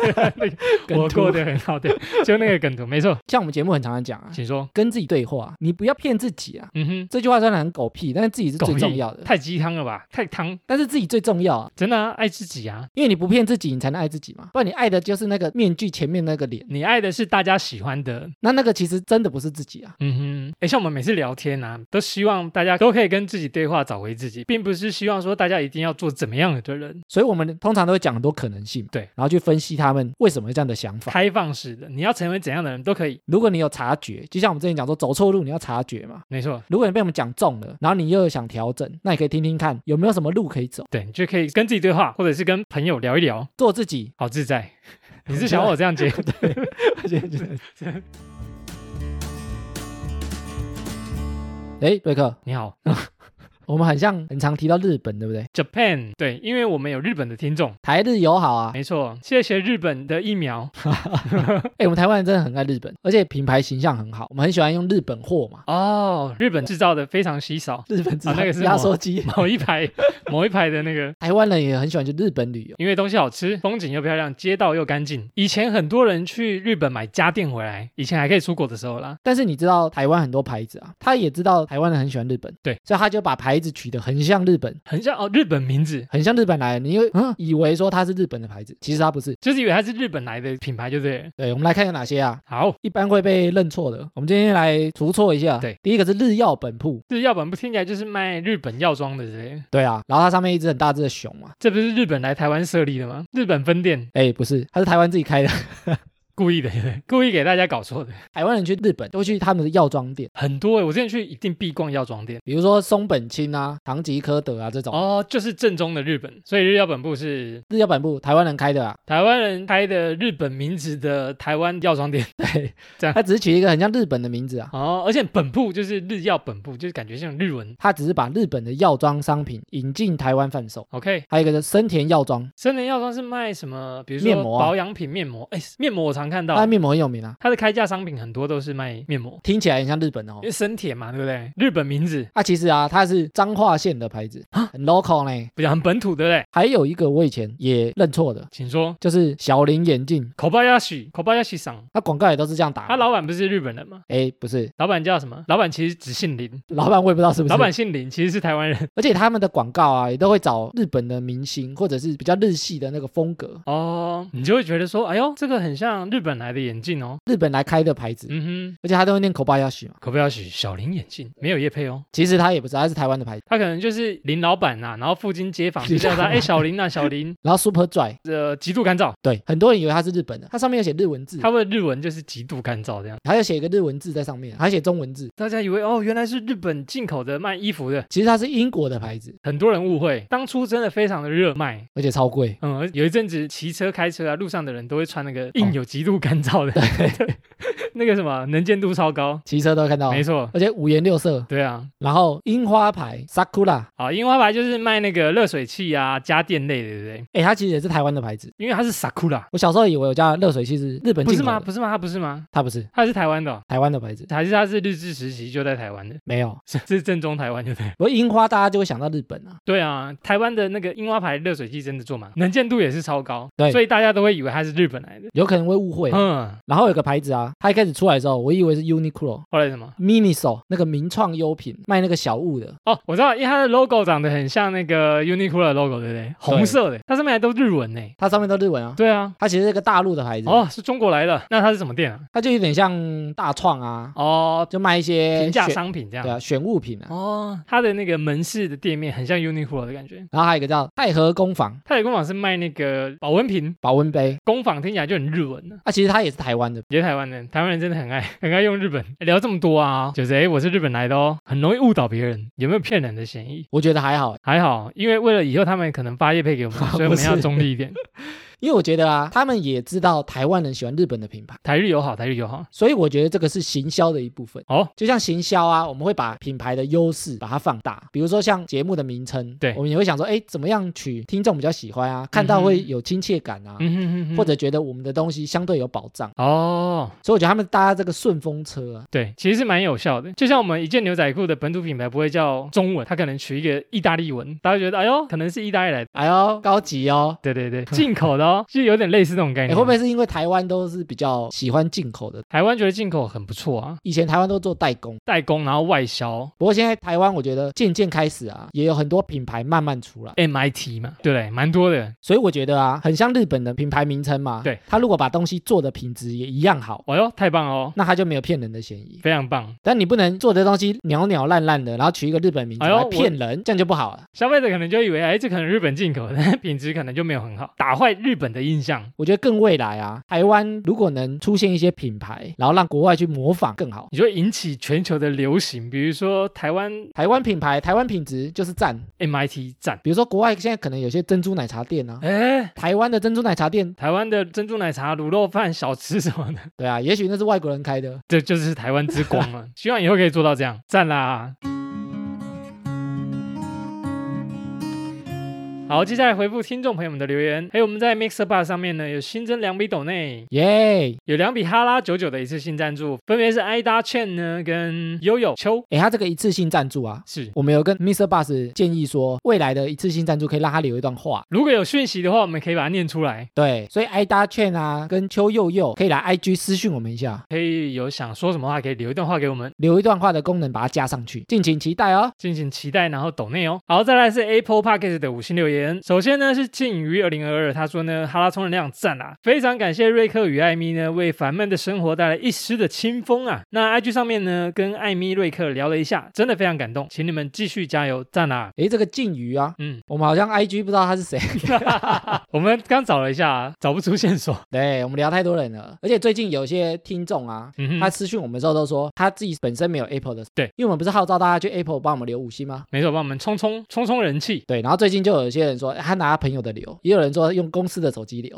梗
我
图
过得很好的，就那个梗图，没错，
像我们节目很常常讲啊，
请说。
跟自己对话，你不要骗自己啊。
嗯哼，
这句话虽然很狗屁，但是自己是
狗
最
屁
重要的。
太鸡汤了吧？太汤，
但是自己最重要啊，
真的、啊、爱自己啊！
因为你不骗自己，你才能爱自己嘛。不然你爱的就是那个面具前面那个脸，
你爱的是大家喜欢的，
那那个其实真的不是自己啊。
嗯哼，哎，像我们每次聊天啊，都希望大家都可以跟自己对话，找回自己，并不是希望说大家一定要做怎么样的人，
所以我们通常都会讲很多可能性，
对，
然后去分析他们为什么有这样的想法。
开放式的，你要成为怎样的人都可以，
如果你有察觉，就像我们之前讲说走错路，你要察觉嘛。
没错，
如果你被我们讲中了，然后你又想调整，那你可以听听看有没有什么路可以走，
对，你就可以跟自己对话，或者是跟朋友聊一聊，
做自己。
好自 (laughs) 在。你是想我这样接？
(laughs) 哎，瑞克，
你好
我们很像很常提到日本，对不对？
，Japan，对，因为我们有日本的听众，
台日友好啊，
没错，谢谢日本的疫苗
哎，我们台湾人真的很爱日本，而且品牌形象很好，我们很喜欢用日本货嘛，
哦，日本制造的非常稀少，
日本制
啊那个
造
是
压
什么
缩机，
某一排某一排的那个。
(laughs) 台湾人也很喜欢去日本旅游。
因为东西好吃，风景又漂亮，街道又干净。以前很多人去日本买家电回来，以前还可以出国的时候啦，
但是你知道台湾很多牌子啊，他也知道台湾人很喜欢日本，
对，
所以他就把牌子取得很像日本，
很像哦日本名字，
很像日本来的，你会嗯以为说它是日本的牌子，其实它不是。
就是以为它是日本来的品牌，就对了。
对，我们来看有哪些啊，
好，
一般会被认错的。我们今天来除错一下。
对，
第一个是日药本铺，
这药本不听起来就是卖日本药妆的之类的，
对啊，然后它上面一只很大只的熊嘛，
这不是日本来台湾设立的吗？日本分店
哎，不是，它是台湾自己开的。
故意的，对不对故意给大家搞错的。
台湾人去日本都会去他们的药妆店，
很多、欸，我之前去一定必逛药妆店。
比如说松本清啊、唐吉诃德啊这种。
哦，就是正宗的日本，所以日药本部是
日药本铺台湾人开的啊，
台湾人开的日本名字的台湾药妆店。
对，
这样
他只是取一个很像日本的名字啊，
哦，而且本部就是日药本部，就是感觉像日文。
他只是把日本的药妆商品引进台湾贩售。
OK，
还有一个是森田药妆，
森田药妆是卖什么？比如
面
说
膜啊
保养品、面膜。哎、面膜我常常看
它
到
的，面膜很有名啊，
它的开价商品很多都是卖面膜，
听起来很像日本的哦
因。为生铁嘛，对不对？日本名字
啊，其实啊，它是彰化县的牌子，很 local 呢。
比较很本土，对不对？
还有一个我以前也认错的，
请说
就是小林眼镜，
，Kobayashi Kobayashi 桑，
它广告也都是这样打。
他老板不是日本人吗？
哎，不是，
老板叫什么？老板其实只姓林，
老板我也不知道是不是。
老板，姓林，其实是台湾
(laughs)
人。
而且他们的广告啊，也都会找日本的明星或者是比较日系的那个风格，
哦，你就会觉得说，哎呦，这个很像日本来的眼镜哦。
日本来开的牌子，
嗯
而且他都会念 Kobayashi 嘛。
哼，Kobayashi 小林眼镜没有叶配哦，
其实他也不是，他是台湾的牌子。
他可能就是林老板呐、啊，然后附近街坊就
林 (laughs)
叫他，
老板
哎，小林啊，小林，
然后 Super Dry，
呃，极度干燥，
对，很多人以为它是日本的，它上面有写日文字，
他们的日文就是极度干燥这样。
还有写一个日文字在上面，还写中文字。
大家以为哦，原来是日本进口的卖衣服的，
其实它是英国的牌子，
很多人误会，当初真的非常的热卖。
而且超贵。
嗯，有一阵子骑车、开车啊，路上的人都会穿那个印有极度干燥的， (laughs) 那个什么能见度超高，
骑车都会看到，
没错，
而且五颜六色。
对啊。
然后樱花牌 Sakura，
好，樱花牌就是卖那个热水器啊、家电类的，对不对？
哎，它其实也是台湾的牌子。
因为它是 sakura，
我小时候以为我家的热水器是日本
不
进
是
口
吗？
的，
不是吗？它不是吗？
它不是
它是台湾的哦、
台湾的牌子，
还是它是日治时期就在台湾的， (laughs)
没有。
是是正宗台湾就对。
不过樱花大家就会想到日本啊，
对啊，台湾的那个樱花牌热水器真的做蛮，能见度也是超高，
对
所以大家都会以为它是日本来的。
有可能会误会。啊
嗯，
然后有个牌子啊，它一开始出来的时候，我以为是 Uniqlo。
后来什么？
Miniso 那个名创优品卖那个小物的，
哦，我知道，因为它的 logo 长得很像那个 Uniqlo 的 logo，对不对？红色的，它上面还都日文呢。
它上面都日文啊，
对啊，
它其实是个大陆的牌子，
哦，是中国来的，那它是什么店啊？
它就有点像大创啊，
哦，
就卖一些
平价
呃选
商品这
对
样。
啊，选物品啊。
哦，它的那个门市的店面很像 Uniqlo 的感觉。
然后还有一个叫太和工坊
它的工坊是卖那个保温瓶，
保温杯，
工坊听起来就很日文呢、
啊，其实它也是台湾的，
也是台湾人，台湾人真的很爱很爱用日本。聊这么多啊，就是哎，我是日本来的哦，很容易误导别人，有没有骗人的嫌疑？
我觉得还好，
还好，因为为了以后他们可能发业配给我们，所以我
啊不
们
是
要中立一点。
因为我觉得啊，他们也知道台湾人喜欢日本的品牌，
台日友好，台日友好。
所以我觉得这个是行销的一部分。
哦，
就像行销啊，我们会把品牌的优势把它放大，比如说像节目的名称，
对
我们也会想说，哎，怎么样取听众比较喜欢啊，看到会有亲切感啊。
嗯哼哼哼，
或者觉得我们的东西相对有保障，
哦，
所以我觉得他们搭这个顺风车啊，
对，其实是蛮有效的。就像我们一件牛仔裤的本土品牌不会叫中文，它可能取一个意大利文，大家会觉得哎呦，可能是意大利来的。
哎呦，高级哦。
对对对，进口的哦，就有点类似那种概
哎，
念。
会不会是因为台湾都是比较喜欢进口的？
台湾觉得进口很不错啊，
以前台湾都做代工，
代工然后外销
不过现在台湾我觉得渐渐开始啊，也有很多品牌慢慢出来，
MIT 嘛，对不对？蛮多的。
所以我觉得啊，很像日本的品牌名称嘛。
对，
他如果把东西做的品质也一样好，
哦哟，太棒了哦，
那他就没有骗人的嫌疑。
非常棒！
但你不能做的东西鸟鸟烂烂的，然后取一个日本名字
哎呦
来骗人，这样就不好了。
消费者可能就以为，哎，这可能日本进口的， (laughs) 但品质可能就没有很好，打坏日本的印象。
我觉得更未来啊，台湾如果能出现一些品牌，然后让国外去模仿更好。
你就会引起全球的流行，比如说台湾
台湾品牌、台湾品质就是赞。
MIT 站，
比如说国外现在可能有些珍珠奶茶店啊，
哎，
台湾的珍珠奶茶店，
台湾的珍珠奶茶、卤肉饭、小吃什么的， (laughs)
对啊，也许那是外国人开的。
这就是台湾之光了。希望以后可以做到这样，赞啦！好，接下来回复听众朋友们的留言。还有我们在 Mixer Bar 上面呢，有新增两笔抖内，
耶、
有两笔哈拉九九的一次性赞助，分别是艾达倩呢跟悠悠秋。
哎，他这个一次性赞助啊，
是，
我们有跟 Mr. Bus 建议说，未来的一次性赞助可以让他留一段话。
如果有讯息的话，我们可以把它念出来。
对，所以挨搭券啊，跟邱佑佑可以来 IG 私讯我们一下，
可以有想说什么话，可以留一段话给我们，
留一段话的功能把它加上去，敬请期待哦。
敬请期待，然后抖内哦。好，再来是 Apple Podcast 的五星留言。首先呢是靖宇二零二二，他说呢哈拉充能量赞啦，非常感谢瑞克与艾米呢为烦闷的生活带来一丝的清风啊。那 IG 上面呢跟艾米瑞克聊了一下，真的非常感动，请你们继续加油，赞啦。
诶，这个靖宇啊，
嗯，
我们好像 IG 不知道他是谁， (laughs)
我们刚找了一下，啊找不出线索。
对我们聊太多人了，而且最近有些听众啊。
嗯
他
哼，
私讯我们的时候都说他自己本身没有 Apple 的，
对，
因为我们不是号召大家去 Apple 帮我们留五星吗？
没错，帮我们冲冲冲冲人气。
对，然后最近就有一些人说他拿朋友的留，也有人说用公司的手
(laughs)
机留，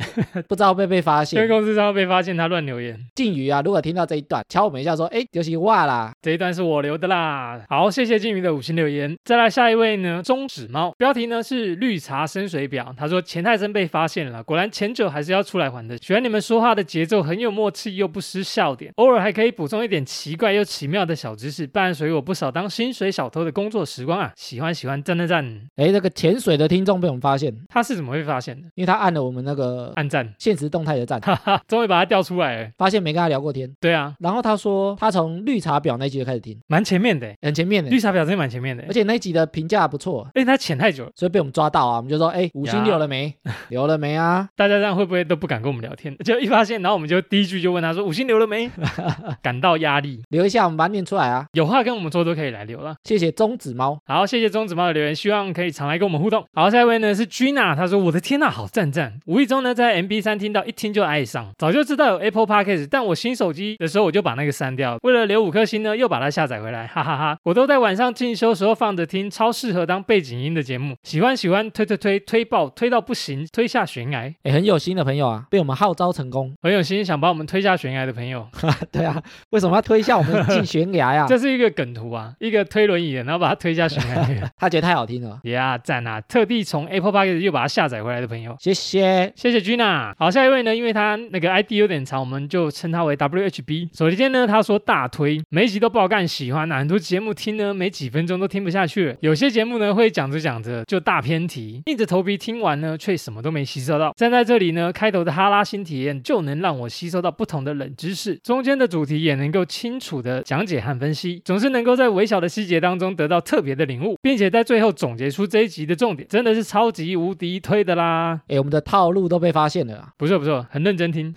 不知道会不会被发
因为
现。
公司账号被发现他乱留言，
靖宇啊，如果听到这一段，敲我们一下说，哎，流行哇啦，
这一段是我留的啦。好，谢谢金鱼的五星留言。再来下一位呢，中指猫，标题呢是绿茶深水表。他说钱太深被发现了，果然钱酒还是要出来还的。喜欢你们说话的节奏，很有默契又不失笑点，偶尔还可以补充一点奇怪又奇妙的小知识，伴随我不少当薪水小偷的工作时光啊！喜欢喜欢，赞赞赞！
哎，那个潜水的听众被我们发现，
他是怎么会发现的？
因为他按了我们那个
按赞，
现实动态的赞，
哈哈，终于把它调出来了。
发现没跟他聊过天。
对啊，
然后他说他从绿茶婊那一集就开始听，
蛮前面的欸，
很前面的
绿，茶婊真的蛮前面的欸
而，且那一集的评价不错，
而且哎他潜太久了，
所以被我们抓到啊，我们就说，哎，五星
呀
留了 (laughs) 没？留了没啊？
大家这样会不会都不敢跟我们聊天？ (laughs) 就一发现，然后我们就第一句就问他说：“五星留了没？” (laughs) 感到压力，
留一下，我们把它念出来啊。
有话跟我们说都可以来留了。
谢谢中指猫，
好，谢谢中子猫的留言，希望可以常来跟我们互动。好，下一位呢是 Gina，她说：“我的天呐、好赞赞！无意中呢在 MB 三听到，一听就爱上，早就知道有 Apple Podcast，但我新手机的时候我就把那个删掉，为了留五颗星呢，又把它下载回来，哈哈哈我都在晚上进修时候放着听，超适合当背景音的节目，喜欢喜欢，推推推推爆，推到不行，推下悬崖。
哎，很有心的朋友啊，被我们号召成功。
很有心想把我们推下悬崖的朋友，
(laughs) 对啊，为什么要推一下我们进悬崖 (laughs) 呀、
这是一个梗图啊，一个推轮椅的，然后把它推下悬
(laughs)
崖。
他觉得太好听了，
呀，赞啊！特地从 Apple Park 又把它下载回来的朋友。
谢谢。
谢谢 Gina。好，下一位呢，因为他那个 ID 有点长，我们就称他为 WHB。首先呢，他说大推，每一集都爆干，喜欢啊，很多节目听呢，没几分钟都听不下去了。有些节目呢，会讲着讲着就大偏题，硬着头皮听完呢，却什么都没吸收到。站在这里呢，开头的哈拉新体验就能让我吸收到不同的冷知识，中间的主题也能够清楚的讲解和分析，总是能够在微小的细节当中得到特别的领悟，并且在最后总结出这一集的重点，真的是超级无敌推的啦！
哎，我们的套路都被发现了啊，
不错不错，很认真听。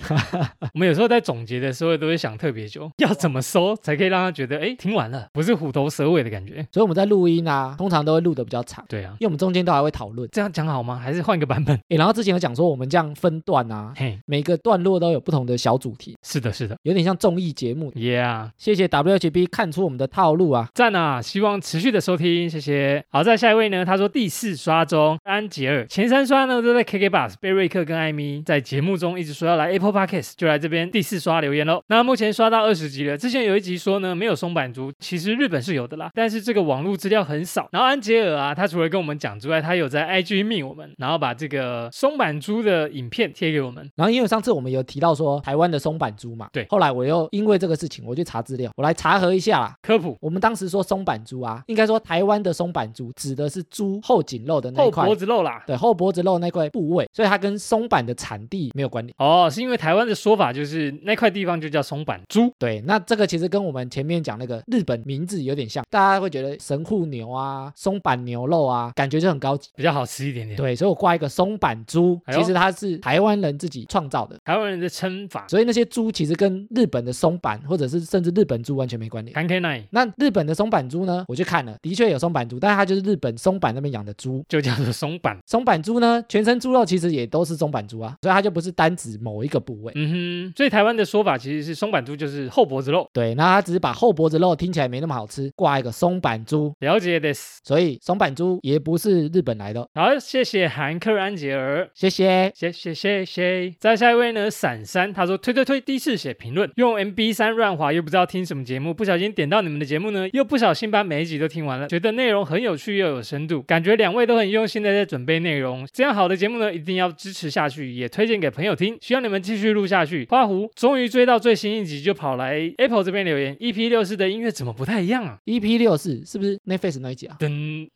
我们有时候在总结的时候都会想特别久， (laughs) 要怎么收才可以让他觉得哎听完了，不是虎头蛇尾的感觉。
所以我们在录音啊，通常都会录的比较长，
对啊，
因为我们中间都还会讨论。
这样讲好吗？还是换个版本？
哎，然后之前有讲说我们这样分段啊，
嘿，
每个段落都有不同的小主题，
是的，是的
有点像综艺节目。
，Yeah，
谢谢 WHB 看出我们的套路啊，
赞啊！希望持续的收听，谢谢。好，再下一位呢？他说第四刷中安杰尔，前三刷呢都在 KK Bus 被瑞克跟艾米在节目中一直说要来 Apple Podcast，就来这边第四刷留言喽。那目前刷到二十集了，之前有一集说呢没有松板族，其实日本是有的啦，但是这个网络资料很少。然后安杰尔啊，他除了跟我们讲之外，他有在 IG 密我们，然后把这个松板猪的影片贴给我们。
然后因为上次我们有提到说台湾的松板猪嘛，
对
后来我又因为这个事情我去查资料，我来查核一下啦。
科普
我们当时说松板猪啊，应该说台湾的松板猪指的是猪后颈肉的那一
后
块
脖子肉啦。
对后脖子肉那块部位，所以它跟松板的产地没有关联。
哦，是因为台湾的说法就是那块地方就叫松板猪，
对，那这个其实跟我们前面讲那个日本名字有点像，大家会觉得神户牛啊、松板牛肉啊，感觉就很高级。
比较好吃一点点。
对，所以我挂一个松板猪，
哎呦
其实它是台湾人自己创造的，
台湾人的称法
所以那些猪其实跟日本的松板或者是甚至日本猪完全没关联。
，Kanken Nine
那日本的松板猪呢？我去看了，的确有松板猪，但是它就是日本松板那边养的猪。
就叫做松板。
松板猪呢，全身猪肉其实也都是松板猪啊，所以它就不是单指某一个部位。
嗯哼，所以台湾的说法其实是松板猪就是后脖子肉。
对，那它只是把后脖子肉听起来没那么好吃，挂一个松板猪，
了解 this。
所以松板猪也不是日本来的。哦
好，谢谢韩克安杰尔。
谢谢，
谢谢谢谢。再下一位呢，闪三，他说推推推，第一次写评论，用 MB 三乱滑，又不知道听什么节目，不小心点到你们的节目呢，又不小心把每一集都听完了，觉得内容很有趣又有深度，感觉两位都很用心的在准备内容，这样好的节目呢，一定要支持下去，也推荐给朋友听，希望你们继续录下去。花狐终于追到最新一集，就跑来 Apple 这边留言，EP 六四的音乐怎么不太一样啊？
EP ，E 六四是不是 Netflix 那一集啊？
噔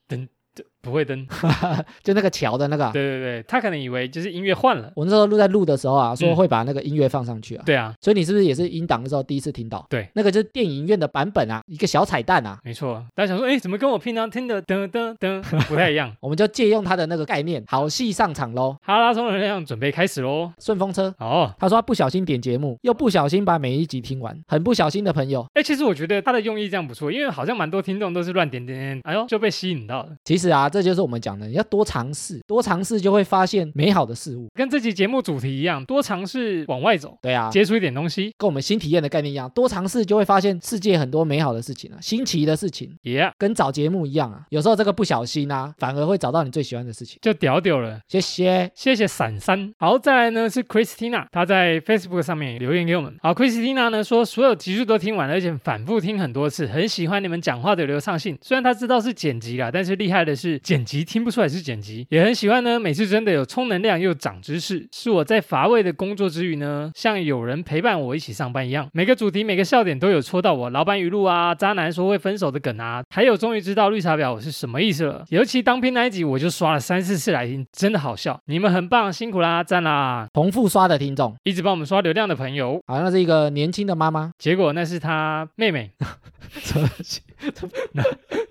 噔噔，不会噔。
就那个桥的那个啊、
对对对，他可能以为就是音乐换了。
我那时候录在录的时候啊，说
嗯
会把那个音乐放上去啊。
对啊，
所以你是不是也是音档的时候第一次听到？
对，
那个就是电影院的版本啊，一个小彩蛋啊，
没错。大家想说，哎，怎么跟我平常听的噔噔噔不太一样？
我们就借用它的那个概念，好戏上场喽，
哈拉松能量准备开始喽。
顺风车。
哦，
他说他不小心点节目，又不小心把每一集听完，很不小心的朋友，
哎，其实我觉得他的用意这样不错，因为好像蛮多听众都是乱点点点，哎呦就被吸引到了。
其实啊，这就是我们讲的，你要多尝试，多尝试就会发现美好的事物。
跟这期节目主题一样，多尝试往外走，
对啊，
接触一点东西。
跟我们新体验的概念一样，多尝试就会发现世界很多美好的事情啊，新奇的事情，
Yeah，
跟找节目一样啊，有时候这个不小心啊，反而会找到你最喜欢的事情。
就屌屌了。
谢谢。
谢谢闪三。好，再来呢是 Christina，她在 Facebook 上面留言给我们。好，Christina 呢说所有集数都听完了，而且反复听很多次，很喜欢你们讲话的流畅性。虽然她知道是剪辑啦，但是厉害的是剪辑听不出来是剪辑，也很喜欢呢。每次真的有充能量又长知识，是我在乏味的工作之余呢，像有人陪伴我一起上班一样。每个主题每个笑点都有戳到我，老板语录啊，渣男说会分手的梗啊，还有终于知道绿茶婊是什么意思了。尤其当兵那一集，我就刷了三四次来听，真的好笑。你们很棒，辛苦啦，赞啦！
重复刷的听众，
一直帮我们刷流量的朋友，
好，那是一个年轻的妈妈，
结果那是他妹妹，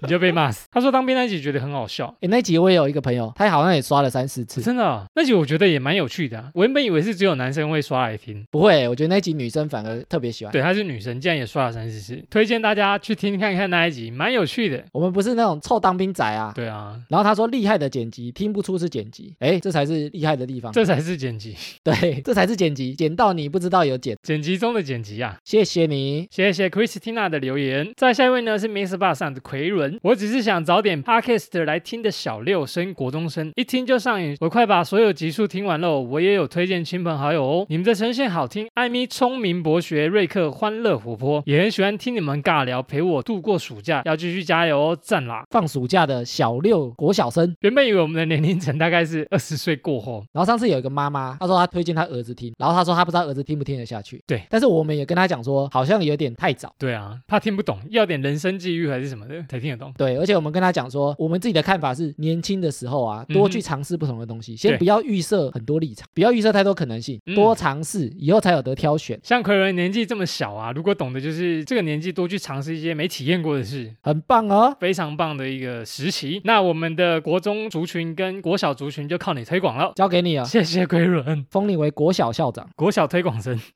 你就被骂死。他说当兵那一集觉得很好笑，
(laughs) 诶，那一集我也有一个朋友，他好像也刷了三四次，
真的哦、那集我觉得也蛮有趣的啊、我原本以为是只有男生会刷来听，
不会，我觉得那一集女生反而特别喜欢。
对，她是女神，竟然也刷了三四次，推荐大家去听看看那一集，蛮有趣的。
我们不是那种臭当兵仔啊。
对啊，
然后他说厉害的剪辑听不出是剪辑，诶，这才是厉害的地方。
这才是剪辑， (laughs)
对， (laughs) 这才是剪辑，剪到你不知道有剪。
剪辑中的剪辑啊。
谢谢你，
谢谢 Christina 的留言。再下一位呢是 Miss Bar 上的奎伦，我只是想找点 Podcast 来听的小六升国中生，一听就上瘾，我快把所有集数听完喽。我也有推荐亲朋好友哦。你们的声线好听，艾米聪明博学，瑞克欢乐活泼，也很喜欢听你们尬聊，陪我度过暑假，要继续加油哦，赞啦！
放暑假的小六国小生。
原本以为我们的年龄层大概是二十岁过后，
然后上次有一个妈妈，她说她推荐她儿子听，然后她说她不知道儿子听不听得下去。
对
但是我们也跟她讲说，好像有点太早。
对啊，怕听不懂，要点人生际遇还是什么的才听得懂。
对，而且我们跟她讲说，我们自己的看法是，年轻的时候啊，
嗯哼
多去尝试不同的东西，
对
先不要预设很多立场，不要预设太多可能性
嗯，
多尝试，以后才有得挑选。
像奎伦年纪这么小啊，如果懂得就是这个年纪多去尝试一些没体验过的事，
很棒哦，
非常棒的一个时期。那我们的国中族群跟国小族群就靠你推广了，
交给你了。
谢谢奎伦，
封你为国小校长，
国小推广生。 (laughs)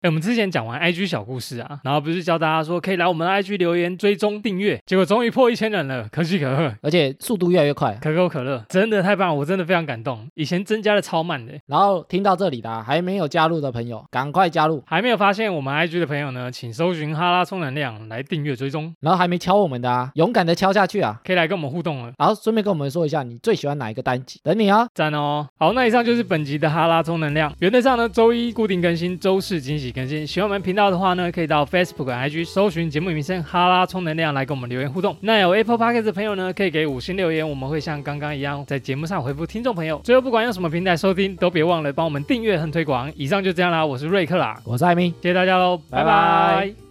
哎，我们之前讲完 IG 小故事啊，然后不是教大家说可以来我们的 IG 留言、追踪、订阅，结果终于破一千人了，可喜可贺。
而且速度越来越快。
可口可乐真的太棒了，我真的非常感动。以前增加的超慢的，
然后听到这里啦，还没有加入的朋友，赶快加入。
还没有发现我们 IG 的朋友呢，请搜寻哈拉充能量来订阅追踪，
然后还没敲我们的啊，勇敢的敲下去啊！
可以来跟我们互动了。
然后顺便跟我们说一下，你最喜欢哪一个单集？等你啊！
赞哦！好，那以上就是本集的哈拉充能量。原则上呢，周一固定更新，周四惊喜更新。喜欢我们频道的话呢，可以到 Facebook、IG 搜寻节目名称“哈拉充能量”来跟我们留言互动。那有 Apple Podcast 的朋友呢，可以给五星留言，我们会像刚刚一样在节目上回复听众朋友。最后，不管用什么平台收听，都别忘了帮我们订阅和推广。以上就这样啦，我是瑞克啦，
我是艾米。
谢谢大家喽，拜
拜
拜
拜